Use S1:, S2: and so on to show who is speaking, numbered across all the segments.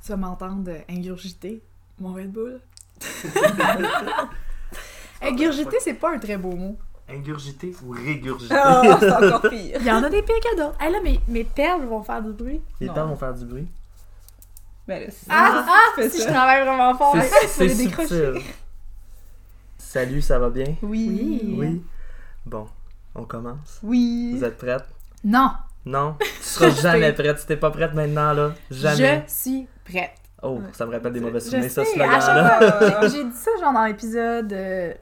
S1: Ça m'entendre ingurgiter mon Red Bull. ingurgiter, c'est pas un très beau mot.
S2: Ingurgiter ou régurgiter?
S1: Oh.
S3: Ah, c'est encore pire.
S1: Il y en a des pires que d'autres. Hey, là, mes, mes perles vont faire du bruit.
S2: Les
S3: Non.
S2: perles vont faire du bruit.
S3: Ben là, c'est
S1: Ah,
S3: ah, fais
S1: Si je
S3: ça.
S1: travaille vraiment fort,
S2: C'est-
S1: il faut
S2: C'est
S1: les décrocher.
S2: subtil. Salut, ça va bien?
S3: Oui.
S2: Oui. Bon, on commence.
S3: Oui.
S2: Vous êtes prête?
S1: Non,
S2: Non, tu seras jamais prête. Si t'es pas prête maintenant, là, jamais.
S1: je suis prête.
S2: Oh, ça me rappelle des mauvais
S1: Je
S2: souvenirs,
S1: sais,
S2: ce
S1: à
S2: slogan-là.
S1: chaque fois, euh, j'ai- j'ai dit ça genre dans l'épisode euh,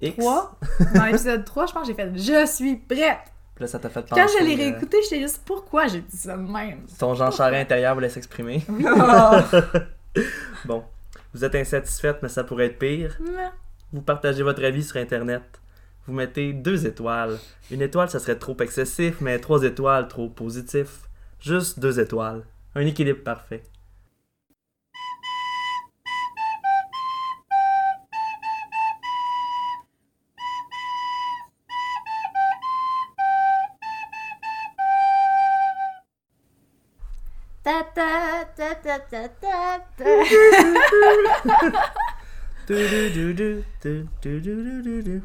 S2: X.
S1: 3. Dans l'épisode 3, je pense que j'ai fait « Je suis prête
S2: Puis là, ça t'a fait ». penser.
S1: Quand je l'ai
S2: euh,
S1: réécouté, j'étais juste « Pourquoi j'ai dit ça de même?
S2: Ton Jean Charest intérieur voulait s'exprimer.
S3: Ah.
S2: Bon, vous êtes insatisfaite, mais ça pourrait être pire. »
S1: Hmm.
S2: Vous partagez votre avis sur Internet. Vous mettez deux étoiles. Une étoile, ça serait trop excessif, mais trois étoiles, trop positif. Juste deux étoiles. Un équilibre parfait.
S4: Ta ta ta ta ta ta ta.
S2: Du-du-du-du, du-du-du-du-du.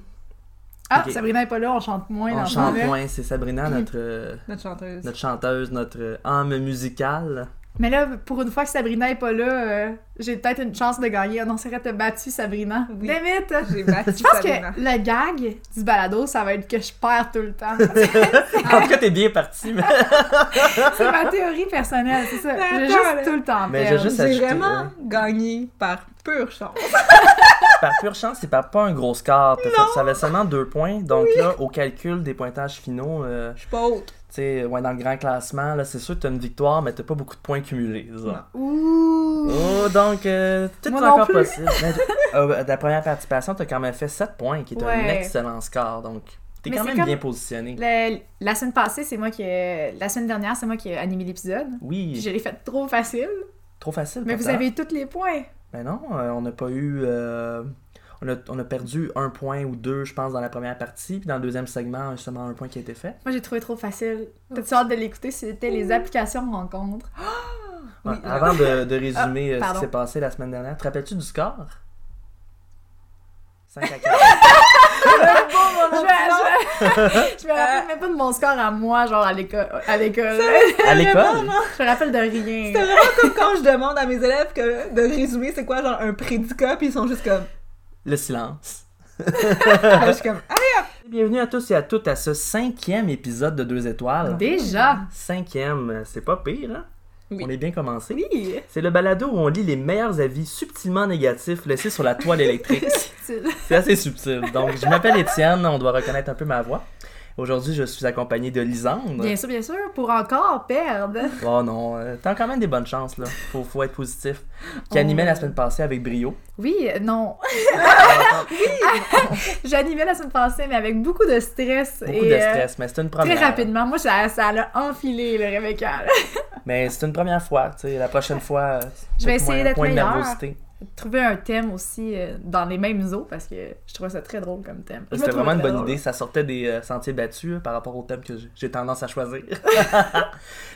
S1: Ah,
S2: Ok.
S1: Sabrina est pas là, on chante moins
S2: On
S1: dans ce
S2: chante
S1: moment-là.
S2: moins, c'est Sabrina, notre, euh,
S3: Notre chanteuse.
S2: notre chanteuse, notre euh, âme musicale.
S1: Mais là, pour une fois que Sabrina est pas là, euh, j'ai peut-être une chance de gagner. Ah non, c'est vrai, t'as battu Sabrina.
S3: Oui.
S1: Damn it!
S3: J'ai battu
S1: Je pense
S3: Sabrina.
S1: que le gag du balado, ça va être que je perds tout le temps.
S2: En tout cas, t'es bien parti, mais,
S1: c'est ma théorie personnelle, c'est ça.
S3: Mais
S1: J'ai
S3: attends, là.
S1: juste tout le temps
S2: mais
S1: perdre.
S2: j'ai juste
S3: J'ai
S2: ajouté,
S3: vraiment
S2: euh,
S3: gagné par pure chance.
S2: par pure chance, c'est par pas un gros score. T'as fait- Ça avait seulement deux points, donc là, au calcul des pointages finaux, euh,
S3: Je suis pas haute.
S2: Tu sais, ouais, dans le grand classement, là, c'est sûr que t'as une victoire, mais t'as pas beaucoup de points cumulés. disons.
S3: Non.
S1: Ouh!
S2: Oh, donc, euh, tout
S1: Moi
S2: est
S1: non
S2: encore
S1: plus.
S2: possible. Mais, euh, la première participation, t'as quand même fait 7 points, qui est un
S1: Ouais.
S2: excellent score. Donc, t'es
S1: Mais
S2: quand
S1: c'est
S2: même
S1: comme-
S2: bien positionné.
S1: Le- la semaine passée, c'est moi qui. ai- La semaine dernière, c'est moi qui ai animé l'épisode. Puis
S2: Oui,
S1: je l'ai fait trop facile.
S2: trop facile.
S1: Mais vous
S2: pourtant.
S1: avez tous les points.
S2: Mais non, euh, on n'a pas eu. euh, On a, on a perdu un point ou deux, je pense, dans la première partie. Puis dans le deuxième segment, il y a seulement un point qui a été fait.
S1: Moi, j'ai trouvé trop facile. T'as-tu hâte de l'écouter? C'était les applications rencontres.
S3: Oui,
S2: Ouais,
S3: euh,
S2: Ah, Avant de, de résumer euh, ce
S1: Ah, pardon.
S2: qui s'est passé la semaine dernière, te rappelles-tu du score 5 à 4.
S1: je, me je me rappelle même pas de mon score à moi, genre à l'école. À l'école.
S2: à l'école
S1: je me rappelle de rien.
S3: C'était vraiment comme quand je demande à mes élèves que de résumer c'est quoi genre un prédicat puis ils sont juste comme
S2: Le silence.
S3: Ah, je suis comme allez
S2: Bienvenue à tous et à toutes à ce cinquième épisode de Deux Étoiles.
S1: Déjà!
S2: Cinquième, c'est pas pire, hein?
S3: Oui.
S2: On est bien commencé.
S3: oui
S2: C'est le balado où on lit les meilleurs avis subtilement négatifs laissés sur la toile électrique. c'est assez subtil. Donc, je m'appelle Étienne, on doit reconnaître un peu ma voix. Aujourd'hui, je suis accompagné de Lisande.
S1: Bien sûr, bien sûr, pour encore perdre.
S2: Oh non, euh, t'as quand même des bonnes chances, là. Faut, faut être positif. Qui
S1: Oh.
S2: animait la semaine passée avec brio.
S1: Oui, euh, non. J'animais la semaine passée, mais avec beaucoup de stress.
S2: Beaucoup
S1: et,
S2: de
S1: euh,
S2: stress, mais c'est une
S1: Très
S2: première.
S1: rapidement, moi ça ça l'a enfilé le Rebecca. là.
S2: Mais c'est une première fois, tu sais. La prochaine fois, euh,
S1: Je vais
S2: peut-être moins-
S1: essayer d'être
S2: moins de
S1: meilleure.
S2: nervosité.
S1: Trouver un thème aussi euh, dans les mêmes eaux parce que je trouvais ça très drôle comme thème. Je me
S2: C'était
S1: trouvais
S2: vraiment une
S1: très
S2: bonne
S1: drôle.
S2: idée. Ça sortait des euh, sentiers battus euh, par rapport au thème que j'ai- j'ai tendance à choisir.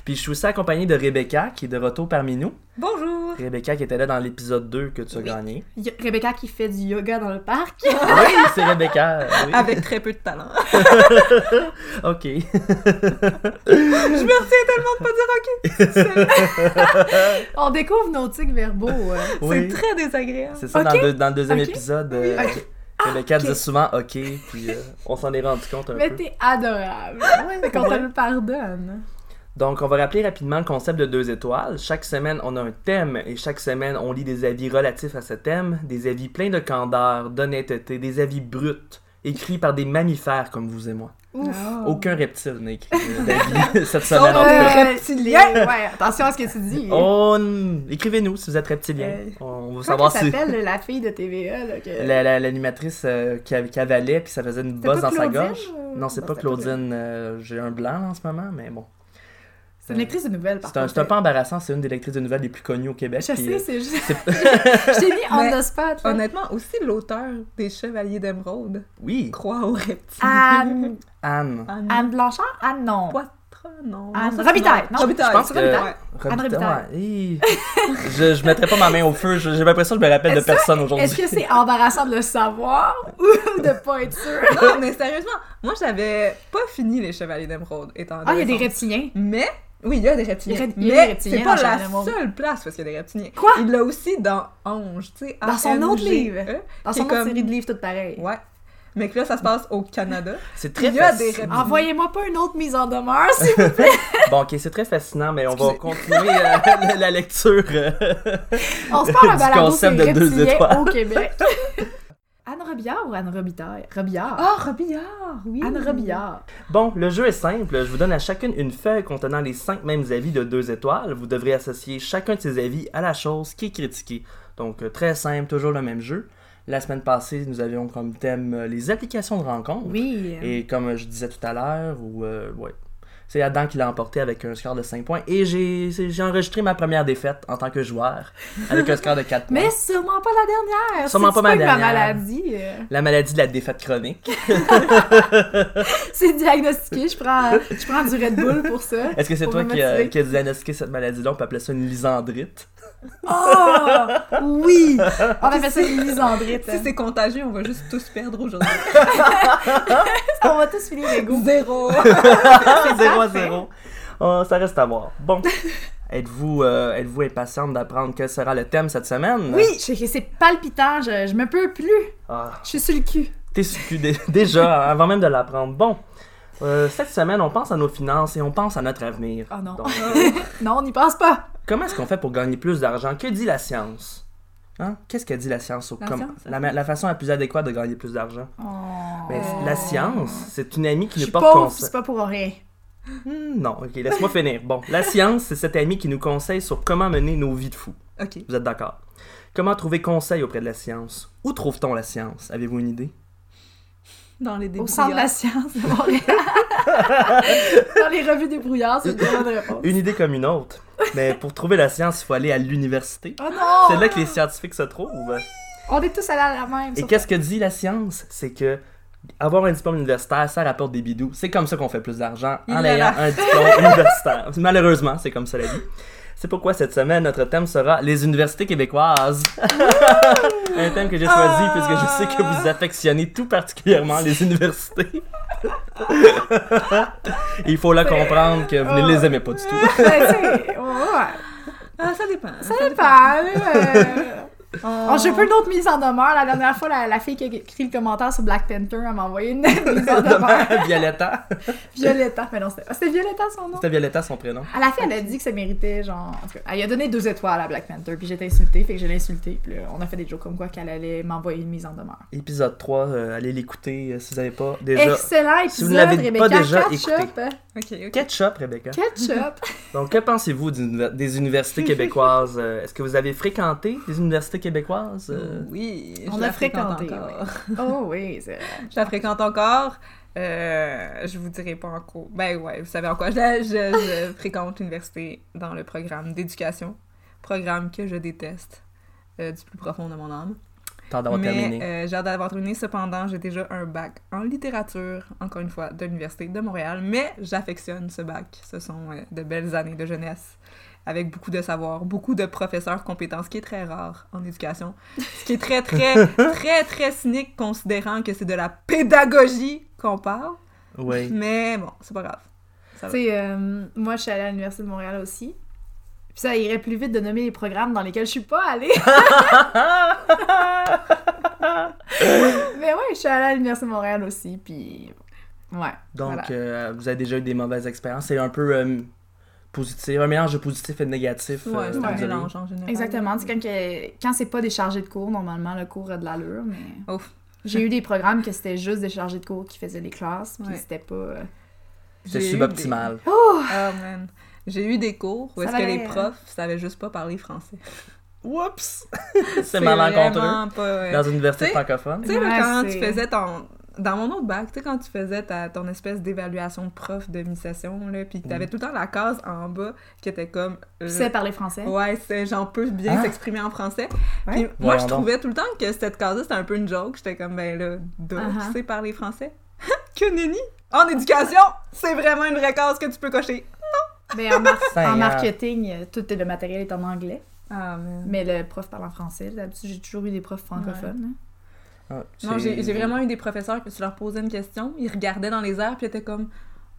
S2: Puis je suis aussi accompagné de Rebecca, qui est de retour parmi nous.
S3: bonjour
S2: Rebecca qui était là dans l'épisode 2 que tu as
S1: Oui.
S2: gagné.
S1: Y a Rebecca qui fait du yoga dans le parc.
S2: Oui, c'est Rebecca. euh, oui.
S3: avec très peu de talent
S2: OK.
S3: je me retiens tellement de pas dire ok
S1: On découvre nos tics verbaux. euh.
S2: Oui.
S3: c'est très désagréable
S2: C'est ça, dans,
S1: Ok.
S2: le, dans le deuxième
S1: Ok.
S2: épisode. euh, Rebecca disait souvent OK, puis euh, on s'en est rendu compte un
S1: Mais
S2: peu.
S1: t'es adorable. Ouais, qu'on te le pardonne.
S2: Donc, on va rappeler rapidement le concept de deux étoiles. Chaque semaine, on a un thème et chaque semaine, on lit des avis relatifs à ce thème, des avis pleins de candeur, d'honnêteté, des avis bruts, écrits par des mammifères comme vous et moi.
S1: Ouf.
S2: Aucun reptile n'est écrit euh, d'avis cette semaine.
S3: Sauf
S2: en tout cas.
S3: le
S1: Euh,
S3: reptilien
S1: Ouais, attention à ce que tu dis.
S2: Oh, On... Écrivez-nous si vous êtes reptilien.
S3: Euh,
S2: On- On veut
S1: Comment
S2: savoir
S1: elle
S2: si
S1: s'appelle la fille de TVA là, que...
S2: la- la- l'animatrice euh, qui, av- qui avalait puis ça faisait une
S1: C'était
S2: bosse
S1: pas
S2: dans sa
S1: Claudine,
S2: gorge.
S1: euh,
S2: Non, c'est
S1: bon,
S2: pas
S1: c'était pas
S2: Claudine. euh, J'ai un blanc là, en ce moment, mais bon.
S1: C'est une lectrice de nouvelles par
S2: C'est un,
S1: contre.
S2: c'est un peu embarrassant, c'est une des lectrices de nouvelles les plus connues au Québec.
S1: Je
S2: puis,
S1: sais,
S2: euh,
S1: c'est juste.
S2: c'est-
S1: Je t'ai mis on
S3: Mais-
S1: the spot. là.
S3: honnêtement aussi l'auteur des chevaliers d'émeraude
S2: Oui,
S3: croit aux reptiles
S1: Anne,
S2: Anne.
S3: Anne
S1: Anne Blanchard? Anne, non.
S3: Poitre Non.
S1: Anne
S3: non, ça,
S1: Ah, Robitaille,
S3: c'est-
S1: non,
S3: Robitaille.
S2: je pense
S3: c'est
S2: que-
S3: Robitaille.
S1: Anne Robitaille.
S2: ouais, hi. je, je mettrais pas ma main au feu. Je- J'ai l'impression que je me rappelle de
S1: Est-ce que-
S2: personne aujourd'hui.
S1: Est-ce que c'est embarrassant de le savoir ou de pas être sûr?
S3: Non, mais sérieusement, moi, j'avais pas fini les Chevaliers d'Émeraude, étant
S1: Ah, il y a des
S3: adolescente.
S1: reptiliens.
S3: Mais, oui, il y a des
S1: Il y a
S3: reptiliens.
S1: des- il y a des
S3: Mais
S1: reptiliens
S3: c'est pas
S1: dans
S3: la
S1: Chevalier d'Émeraude.
S3: seule place parce qu'il y a des reptiliens.
S1: Quoi?
S3: Il l'a aussi dans Ange, tu sais.
S1: Dans son autre
S3: ANGE,
S1: livre.
S3: hein,
S1: Dans
S3: qui
S1: son
S3: est
S1: autre
S3: comme-
S1: série de livres, tout pareil.
S3: Ouais. Mais que là, ça se passe au Canada.
S2: C'est très
S3: Il y a des
S2: fascinant.
S3: reptiliens.
S1: Envoyez-moi pas une autre mise en demeure, s'il vous
S2: Bon, ok, c'est très fascinant, mais on va
S3: Excusez.
S2: continuer euh, la lecture.
S1: plaît. On se parle à
S2: Du
S1: balado sur
S2: concept
S1: les
S2: de deux
S1: reptiliens
S2: étoiles.
S1: au Québec. Anne Robillard ou Anne Robitaille? Robillard.
S3: Ah, Robillard, oui.
S1: Anne Robillard.
S2: Bon, le jeu est simple. Je vous donne à chacune une feuille contenant les cinq mêmes avis de deux étoiles. Vous devrez associer chacun de ces avis à la chose qui est critiquée. Donc, euh, très simple, toujours le même jeu. La semaine passée, nous avions comme thème euh, les applications de rencontres.
S1: Oui.
S2: Et comme je disais tout à l'heure, ou euh, ouais, c'est Adam qui l'a emporté avec un score de 5 points. Et j'ai c'est- j'ai enregistré ma première défaite en tant que joueur avec un score de 4 points.
S1: Mais sûrement pas la dernière.
S2: Sûrement
S1: C'est
S2: pas ma
S1: une
S2: dernière.
S1: maladie. euh,
S2: La maladie de la défaite chronique.
S1: C'est diagnostiqué. Je prends, je prends du Red Bull pour ça.
S2: Est-ce que c'est
S1: Pour
S2: toi
S1: me
S2: qui, euh,
S1: motiver.
S2: qui as diagnostiqué cette maladie-là? On peut appeler ça une lysandrite.
S1: Oh! Oui! On appelle ça une misandrite.
S3: Si c'est contagieux, on va juste tous perdre aujourd'hui.
S1: On va tous finir égaux.
S3: Zéro.
S2: 0 Ah, à 0. Oh, ça reste à voir. Bon. Êtes-vous euh, êtes-vous impatiente d'apprendre quel sera le thème cette semaine?
S1: Oui! je- C'est palpitant. Je, je me peux plus.
S2: Ah,
S1: Je suis sur le cul.
S2: T'es sur le cul dé- déjà, avant même de l'apprendre. Bon, euh, cette semaine, on pense à nos finances et on pense à notre avenir.
S1: Oh non.
S2: Donc,
S1: Non, on n'y pense pas.
S2: comment est-ce qu'on fait pour gagner plus d'argent? Que dit la science? Hein? Qu'est-ce que dit la science? au-
S3: La
S2: comme-
S3: science,
S2: la, ma- la façon la plus adéquate de gagner plus d'argent? Ben,
S1: Euh,
S2: La science, c'est une amie qui
S1: Oh. Je
S2: nous
S1: suis
S2: porte
S1: pauvre,
S2: conseil.
S1: c'est pas pour rien.
S2: Hmm, non, ok, laisse-moi finir. Bon, la science, c'est cette amie qui nous conseille sur comment mener nos vies de fous.
S3: OK.
S2: Vous êtes d'accord? Comment trouver conseil auprès de la science? Où trouve-t-on la science? Avez-vous une idée?
S3: Dans les
S1: Au centre de la
S3: débrouillards.
S1: science de Montréal. Dans les revues débrouillards, c'est une bonne réponse.
S2: Une idée comme une autre. Mais pour trouver la science, il faut aller à l'université.
S1: Oh non!
S2: C'est là que les scientifiques se trouvent.
S1: On est tous allés à la même.
S2: Et
S1: sauf-
S2: qu'est-ce que dit la science? C'est que avoir un diplôme universitaire, ça rapporte des bidous. C'est comme ça qu'on fait plus d'argent en
S3: Il l'a
S2: ayant un diplôme universitaire. Malheureusement, c'est comme ça la vie. C'est pourquoi cette semaine, notre thème sera les universités québécoises. un thème que j'ai choisi
S3: Ah.
S2: puisque je sais que vous affectionnez tout particulièrement les universités. Et Il faut là comprendre que vous ne les aimez pas du tout.
S1: Ben, tu sais, ouais,
S3: Ah, ça dépend. Ah, Ça,
S1: ça dépend. là, euh.
S3: On-
S2: Ah.
S1: Oh, j'ai pas une autre mise en demeure. La dernière fois, la, la fille qui a écrit le commentaire sur Black Panther, elle m'a envoyé une mise en demeure.
S2: Violetta.
S1: Violetta. Mais non, c'était ah, c'était Violetta son nom.
S2: C'était Violetta son prénom.
S1: À la fin, elle a dit que ça méritait, genre. En tout cas, elle a donné deux étoiles à Black Panther, puis j'étais insultée, fait que je l'ai insultée. Puis là, on a fait des jokes comme quoi qu'elle allait m'envoyer une mise en demeure.
S2: Épisode 3, euh, allez l'écouter euh, si vous n'avez pas déjà.
S1: Excellent épisode,
S2: si vous ne l'avez
S1: Rebecca.
S2: pas déjà
S1: ketchup.
S2: écouté.
S1: hein.
S3: OK, OK.
S2: Ketchup, Rebecca.
S1: Ketchup.
S2: Donc, que pensez-vous d'une- des universités québécoises? Euh, Est-ce que vous avez fréquenté des universités québécoises? Euh,
S3: Oui, je
S1: On
S3: la
S1: a
S3: fréquente
S1: fréquenté,
S3: encore.
S1: oh oui, c'est vrai.
S3: Je la fréquente encore. Euh, je vous dirai pas en cours. Ben ouais, vous savez en quoi. Je, la- je- je fréquente l'université dans le programme d'éducation, programme que je déteste euh, du plus profond de mon âme.
S2: Temps d'avoir terminé.
S3: Mais euh, j'ai hâte d'avoir terminé. Cependant, j'ai déjà un bac en littérature, encore une fois, de l'Université de Montréal. Mais j'affectionne ce bac. Ce sont euh, de belles années de jeunesse, avec beaucoup de savoir, beaucoup de professeurs compétents, ce qui est très rare en éducation. Ce qui est très, très, très, très cynique, considérant que c'est de la pédagogie qu'on parle.
S2: Oui.
S3: Mais bon, c'est pas grave. Ça va.
S1: Tu sais, euh, moi, je suis allée à l'Université de Montréal aussi. Puis ça irait plus vite de nommer les programmes dans lesquels je suis pas allée. Mais ouais, je suis allée à l'Université de Montréal aussi, puis... Ouais.
S3: Ah,
S2: Donc,
S1: voilà.
S2: euh, vous avez déjà eu des mauvaises expériences. C'est un peu euh, positif, un mélange de positif et de négatif.
S3: Ouais,
S2: euh,
S3: c'est
S2: que
S3: un
S2: vous avez eu.
S3: mélange en général.
S1: Exactement. C'est quand, que- quand c'est pas des chargés de cours, normalement, le cours a de l'allure, mais...
S3: Ouf.
S1: J'ai eu des programmes que c'était juste des chargés de cours qui faisaient les classes, puis
S3: Ouais.
S1: c'était pas... euh,
S2: C'est
S3: J'ai eu
S2: suboptimal.
S1: Oh!
S3: des- Oh, man. J'ai eu des cours où
S1: Ça
S3: est-ce que les
S1: valait, euh,
S3: profs savaient juste pas parler français.
S2: Oups! c'est malencontreux.
S3: vraiment pas, ouais.
S2: Dans une université
S3: T'sais-
S2: francophone.
S3: Tu sais, là,
S1: Ouais,
S3: quand
S1: c'est-
S3: tu faisais ton. Dans mon autre bac, tu sais, quand tu faisais ta, ton espèce d'évaluation de prof de mi-session, là, pis
S1: Mm.
S3: t'avais tout le temps la case en bas qui était comme. euh,
S1: Tu sais parler français?
S3: Ouais, c'est j'en peux bien
S2: Ah.
S3: s'exprimer en français.
S1: Ouais.
S3: Puis moi, je
S2: Voyons donc.
S3: trouvais tout le temps que cette case-là, c'était un peu une joke. J'étais comme, ben là, donc,
S1: Uh-huh.
S3: tu sais parler français? que nenni! En éducation, c'est vraiment une vraie case que tu peux cocher.
S1: Mais en, mar-
S2: Seigneur.
S1: en marketing, euh, tout le matériel est en anglais.
S3: Ah, man.
S1: Mais le prof parle en français. D'habitude, j'ai toujours eu des profs francophones. hein.
S2: Ah,
S3: Non, j'ai j'ai vraiment eu des professeurs que tu leur posais une question, ils regardaient dans les airs, puis étaient comme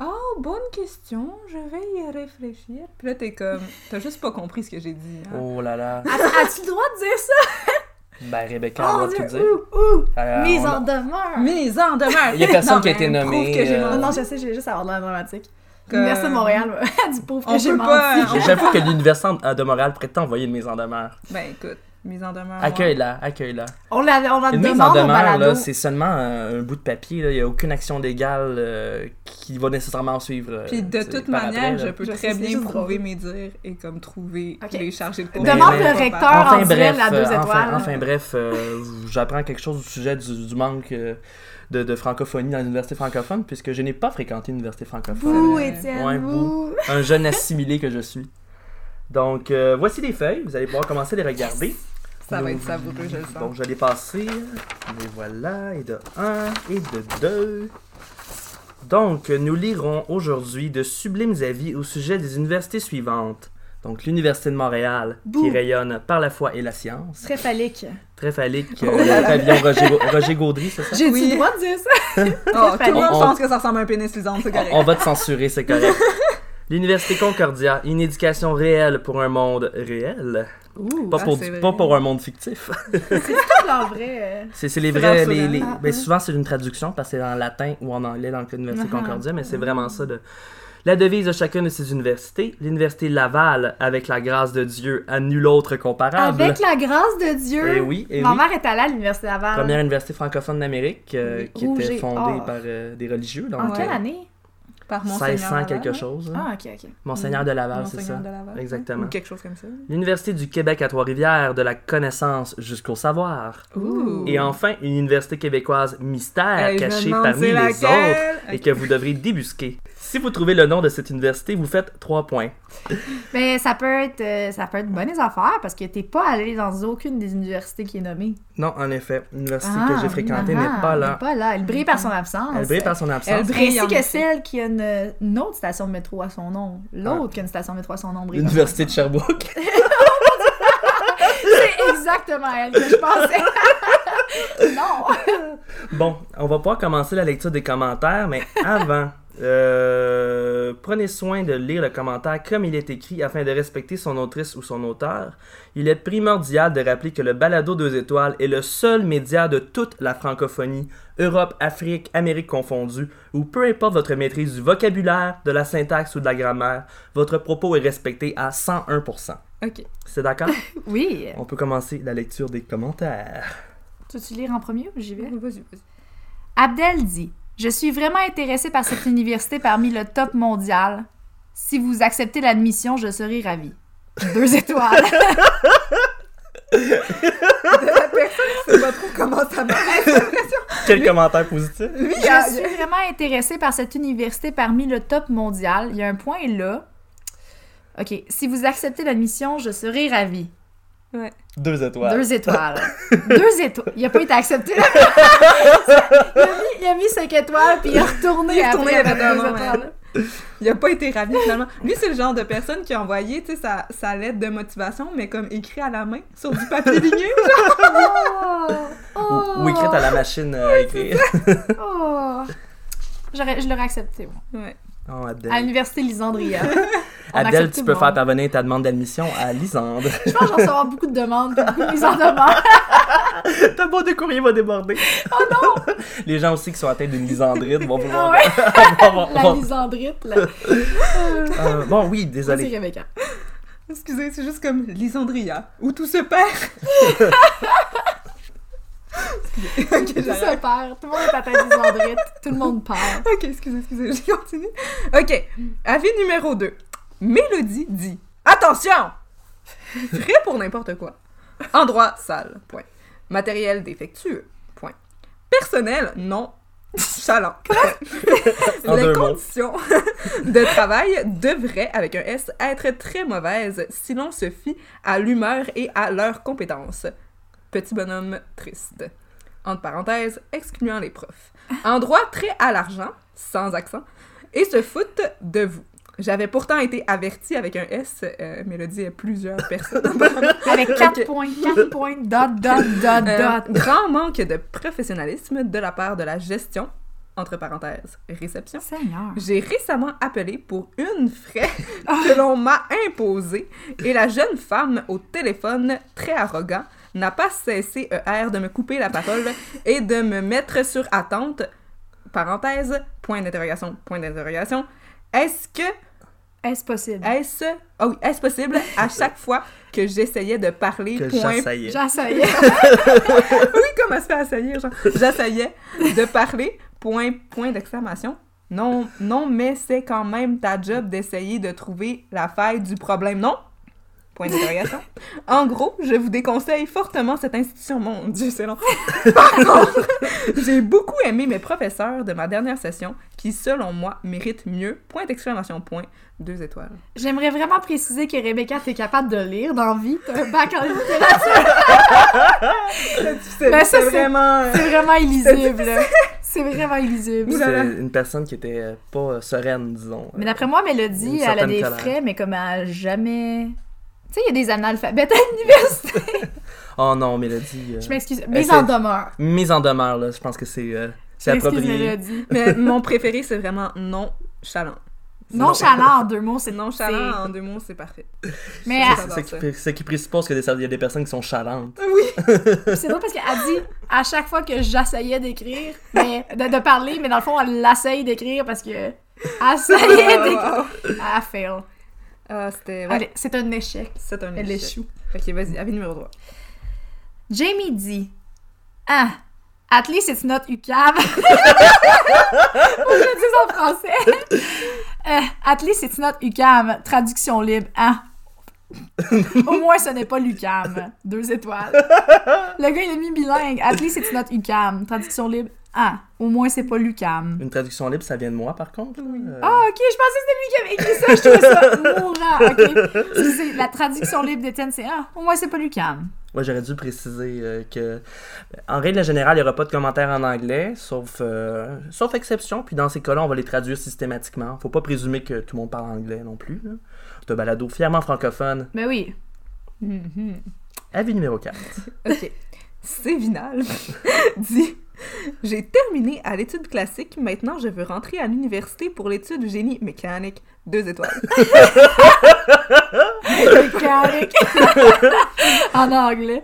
S3: Oh, bonne question, je vais y réfléchir. Puis là, t'es comme T'as juste pas compris ce que j'ai dit. hein.
S2: Oh là là.
S1: As- As-tu le droit de dire ça?
S2: Ben,
S3: Oh
S2: Rebecca, on
S1: Mon
S2: va
S1: Dieu,
S2: tout dire.
S1: Ouh, ouh!
S2: Euh,
S1: Mise
S2: on a-
S1: en demeure!
S3: Mise en demeure!
S2: Il y a personne
S3: Non,
S2: qui a été
S3: man,
S2: nommé,
S3: prouve que j'ai
S2: euh,
S1: Non,
S3: menti.
S1: non, je sais, j'ai juste avoir de l'air dramatique.
S3: Que-
S1: L'Université de Montréal, ouais, du pauvre
S3: On
S1: que j'ai
S3: peut
S1: menti.
S3: pas, hein,
S2: J'avoue que l'université en- de Montréal pourrait t'envoyer une mise en demeure.
S3: Ben écoute, mise en demeure.
S2: Accueille-la, accueille-la.
S1: On la, on la
S2: Une mise en
S1: demande au
S2: demeure, là,
S1: balado.
S2: c'est seulement un, un bout de papier. là. Il n'y a aucune action légale euh, qui va nécessairement en suivre. euh,
S3: ouais. Puis de
S2: tu sais,
S3: toute
S2: par
S3: manière,
S2: après,
S3: je
S2: là.
S3: peux
S1: Je
S3: très
S1: sais, c'est
S3: bien
S1: juste
S3: prouver
S1: drôle.
S3: mes dires et comme trouver
S1: Ok.
S3: les chargés de cours.
S1: Demande
S2: Mais-
S1: le recteur
S2: Enfin
S1: en duel
S2: bref,
S1: la deux
S2: euh,
S1: étoiles.
S2: enfin, enfin bref, euh, j'apprends quelque chose du sujet du, du manque euh, de, de francophonie dans l'université francophone, puisque je n'ai pas fréquenté l'université francophone.
S1: Bouh,
S3: Euh,
S1: Étienne,
S2: ouais,
S1: bouh.
S2: un jeune assimilé que je suis. Donc, euh, voici les feuilles. Vous allez pouvoir commencer à les regarder.
S3: Ça va
S2: Nous-
S3: être savoureux, je le
S2: Donc,
S3: sens.
S2: je vais les passer. Les voilà. Et de 1 et de 2. Donc, nous lirons aujourd'hui de sublimes avis au sujet des universités suivantes. Donc, l'Université de Montréal, qui
S1: Bouh.
S2: rayonne par la foi et la science.
S1: Très phallique.
S2: Très
S3: Oh,
S2: phallique, euh, le pavillon Roger, Roger Gaudry, c'est ça?
S1: J'ai
S3: Oui.
S1: le droit de dire ça?
S3: Oh, tout le monde
S2: On-
S3: pense que ça ressemble à un pénis lisante, c'est correct.
S2: On, on va te censurer, c'est correct. L'Université Concordia, une éducation réelle pour un monde réel.
S1: Ouh.
S2: Pas,
S3: Ah,
S2: pour,
S3: c'est
S2: du-
S3: vrai.
S2: pas pour un monde fictif.
S1: leur vrai. euh,
S2: C'est c'est les
S3: C'est
S2: vrais.
S3: rassurant.
S2: Les, les-
S1: Ah,
S2: ben,
S1: ouais.
S2: souvent, c'est une traduction parce que c'est en latin ou en anglais dans l'Université
S1: Mhm.
S3: Ah,
S2: Concordia, mais c'est vraiment ça. De... La devise de chacune de ces universités, l'Université Laval, avec la grâce de Dieu, à nul autre comparable.
S1: Avec la grâce de Dieu.
S2: Eh oui, eh
S1: Ma
S2: oui.
S1: mère est allée à l'Université Laval.
S2: Première université francophone d'Amérique euh,
S1: Oui.
S2: qui
S1: Rouge
S2: était
S1: et
S2: fondée
S3: ah.
S1: or.
S2: par euh, des religieux. Donc,
S1: En quelle
S2: euh,
S1: année?
S3: Par Ah, Monseigneur
S2: 1600
S3: Laval,
S2: quelque
S3: ouais.
S2: chose. hein.
S1: Ah, ok, ok.
S2: Monseigneur de Laval, c'est ça.
S3: Monseigneur de Laval, ouais.
S2: Exactement.
S3: Ou quelque chose comme ça.
S2: L'Université du Québec à Trois-Rivières, de la connaissance jusqu'au savoir.
S3: Ouh.
S2: Et enfin, une université québécoise mystère
S3: Hey, je me
S2: cachée
S3: demande
S2: parmi
S3: c'est
S2: les
S3: laquelle.
S2: autres et que vous devrez débusquer. Si vous trouvez le nom de cette université, vous faites 3 points.
S1: Mais ça peut être, euh, ça peut être bonnes affaires parce que t'es pas allé dans aucune des universités qui est nommée.
S2: Non, en effet, l'université que
S1: Ah,
S2: j'ai fréquentée
S1: ah,
S2: n'est pas
S1: n'est
S2: là.
S1: Pas là. Elle brille par son absence.
S2: Elle brille par son absence.
S3: Elle brille.
S1: Ainsi
S3: en
S1: que
S3: effet.
S1: celle qui a une, une autre station de métro à son nom. L'autre qui a une station de métro à son nom brille. par son
S2: L'Université de Sherbrooke.
S1: absence. C'est exactement elle que je pensais. non!
S2: Bon, on va pouvoir commencer la lecture des commentaires, mais avant, euh, prenez soin de lire le commentaire comme il est écrit afin de respecter son autrice ou son auteur. Il est primordial de rappeler que le balado 2 étoiles est le seul média de toute la francophonie, Europe, Afrique, Amérique confondue, où peu importe votre maîtrise du vocabulaire, de la syntaxe ou de la grammaire, votre propos est respecté à 101%.
S3: Ok.
S2: C'est d'accord?
S1: Oui.
S2: On peut commencer la lecture des commentaires.
S1: Tu veux-tu lire en premier ou j'y vais?
S3: Vas-y, vas-y.
S1: Abdel dit Je suis vraiment intéressé par cette université parmi le top mondial. Si vous acceptez l'admission, je serai ravi. Deux étoiles.
S3: La personne qui sait pas trop comment ça marche.
S2: Quel commentaire positif?
S3: Lui, il a-
S1: je suis vraiment intéressé par cette université parmi le top mondial. Il y a un point là. OK. Si vous acceptez l'admission, je serai ravi.
S2: Deux étoiles.
S1: Deux étoiles. Deux étoiles. Il a pas été accepté. il, a mis, il a mis cinq étoiles, puis il est retourné,
S3: Il est retourné
S1: après avec
S3: avec un
S1: deux
S3: moment,
S1: étoiles.
S3: il a pas été ravi finalement. Lui, c'est le genre de personne qui a envoyé tu sais, sa, sa lettre de motivation, mais comme écrit à la main, sur du papier ligné.
S1: Oh!
S2: Ou,
S1: Oh!
S2: ou écrite à la machine euh, à écrire.
S1: Oh. J'aurais- je l'aurais accepté, moi.
S3: Ouais.
S2: Oh,
S1: À
S2: Adèle.
S1: l'université Lisandria. On
S2: Adèle,
S1: accepte
S2: tu
S1: tout
S2: peux
S1: le
S2: faire
S1: monde.
S2: parvenir ta demande d'admission à Lisandre.
S1: Je pense que j'en recevoir beaucoup de demandes, puis beaucoup de mises en demeure.
S2: ta boîte de courrier va déborder.
S1: Oh non!
S2: Les gens aussi qui sont atteints d'une Lisandrite vont
S1: Ah
S2: vouloir.
S1: ouais,
S2: vont- vont-
S1: la
S2: vont-
S1: Lisandrite, là. Euh,
S2: Euh, bon, oui,
S1: Vas-y,
S2: désolé.
S1: Rebecca.
S3: Excusez, c'est juste comme Lisandria, où tout se perd. Excusez. Ok,
S1: Tout
S3: j'arrête.
S1: se perd. Tout le monde est atteint de Lisandrite. Tout le monde perd.
S3: Ok, excusez, excusez, je continue. Ok, avis numéro 2. Mélodie dit Attention Frais pour n'importe quoi. Endroit sale, point. Matériel défectueux, point. Personnel non chalant.
S2: En
S3: Les
S2: deux mots.
S3: conditions de travail devraient, avec un S, être très mauvaises si l'on se fie à l'humeur et à leurs compétences. Petit bonhomme triste. Entre parenthèses, excluant les profs. Endroit très à l'argent, sans accent, et se foutent de vous. J'avais pourtant été avertie avec un S, euh, Mélodie et plusieurs personnes.
S1: Avec 4
S3: Ok.
S1: points, 4 points, dot, dot, dot,
S3: Euh,
S1: dot.
S3: grand manque de professionnalisme de la part de la gestion, entre parenthèses, réception.
S1: Seigneur.
S3: J'ai récemment appelé pour une frais que l'on m'a imposée et la jeune femme au téléphone, très arrogant, n'a pas cessé ER de me couper la parole et de me mettre sur attente. Parenthèse, point d'interrogation, point d'interrogation. Est-ce que,
S1: Est-ce possible?
S3: est-ce, ah oui, est-ce possible à chaque fois que j'essayais de parler,
S2: que
S3: point,
S2: j'assaillais.
S1: J'essayais.
S3: oui, comment se fait assaillir, genre, j'essayais de parler, point, point d'exclamation. Non, non, mais c'est quand même ta job d'essayer de trouver la faille du problème, non? Point d'interrogation. En gros, je vous déconseille fortement cette institution. Mon Dieu, c'est long. Par contre, j'ai beaucoup aimé mes professeurs de ma dernière session qui, selon moi, méritent mieux. Point d'exclamation, point. Deux étoiles.
S1: J'aimerais vraiment préciser que Rebecca, t'es capable de lire dans la vie. T'as un bac en littérature.
S3: C'est
S1: Ben, ça, c'est-
S3: vraiment... euh,
S1: C'est vraiment illisible. C'est vraiment illisible.
S3: Ouh là là.
S2: C'est une personne qui était euh, pas euh, sereine, disons.
S1: Mais d'après moi,
S2: Une
S1: Mélodie, elle a
S2: certaine
S1: des
S2: colère.
S1: frais, mais comme elle a jamais. Tu sais, il y a des analphabètes à l'université.
S2: Oh non, Mélodie. euh,
S1: Je m'excuse.
S2: Elle,
S1: Mise
S2: c'est-
S1: en demeure.
S2: Mise en demeure, là, je pense que c'est euh, c'est
S1: Excuse
S2: approprié.
S1: Mélodie.
S3: Mais mon préféré, c'est vraiment non chalant.
S1: Nonchalant en deux mots, c'est
S3: Nonchalant, en deux mots, c'est ah, parfait.
S1: c'est- Mais
S3: Ça,
S1: elle-
S3: ça,
S2: C'est ce qui- ce qui présuppose qu'il y a des personnes qui sont chalantes.
S1: c'est drôle parce qu'elle dit à chaque fois que j'essayais d'écrire, mais de, de parler, mais dans le fond, elle l'essaye d'écrire parce que. Essayait d'écrire. Elle fail.
S3: Ah, c'était... ouais,
S1: Allez, C'est un échec.
S3: C'est un
S1: Elle
S3: échec.
S1: échoue.
S3: Ok, vas-y, avis numéro 3.
S1: Jamie dit Ah, at least it's not UCAV. Faut que je le dise en français. Euh, at least it's not UCAM. Traduction libre. Ah. Au moins, ce n'est pas l'UCAM. Deux étoiles. Le gars, il a mis bilingue. At least it's not UCAM. Traduction libre. Ah. Au moins, c'est pas l'UCAM.
S2: Une traduction libre, ça vient de moi, par contre. là. Euh,
S1: Ah, ok, je pensais que c'était lui qui avait écrit ça. Je trouvais ça mourant. Ok. C'est- c'est- La traduction libre d'Étienne, c'est Ah. Au moins, c'est pas l'UCAM.
S2: Ouais, j'aurais dû préciser euh, que, en règle générale, il n'y aura pas de commentaires en anglais, sauf, euh, sauf exception. Puis dans ces cas-là, on va les traduire systématiquement. Faut pas présumer que tout le monde parle anglais non plus. là. C'est un balado fièrement francophone.
S1: Ben oui.
S2: Avis numéro 4.
S3: Mm-hmm. Ok. Sévinal dit J'ai terminé à l'étude classique, maintenant je veux rentrer à l'université pour l'étude du génie mécanique. Deux étoiles.
S1: mécanique. en anglais.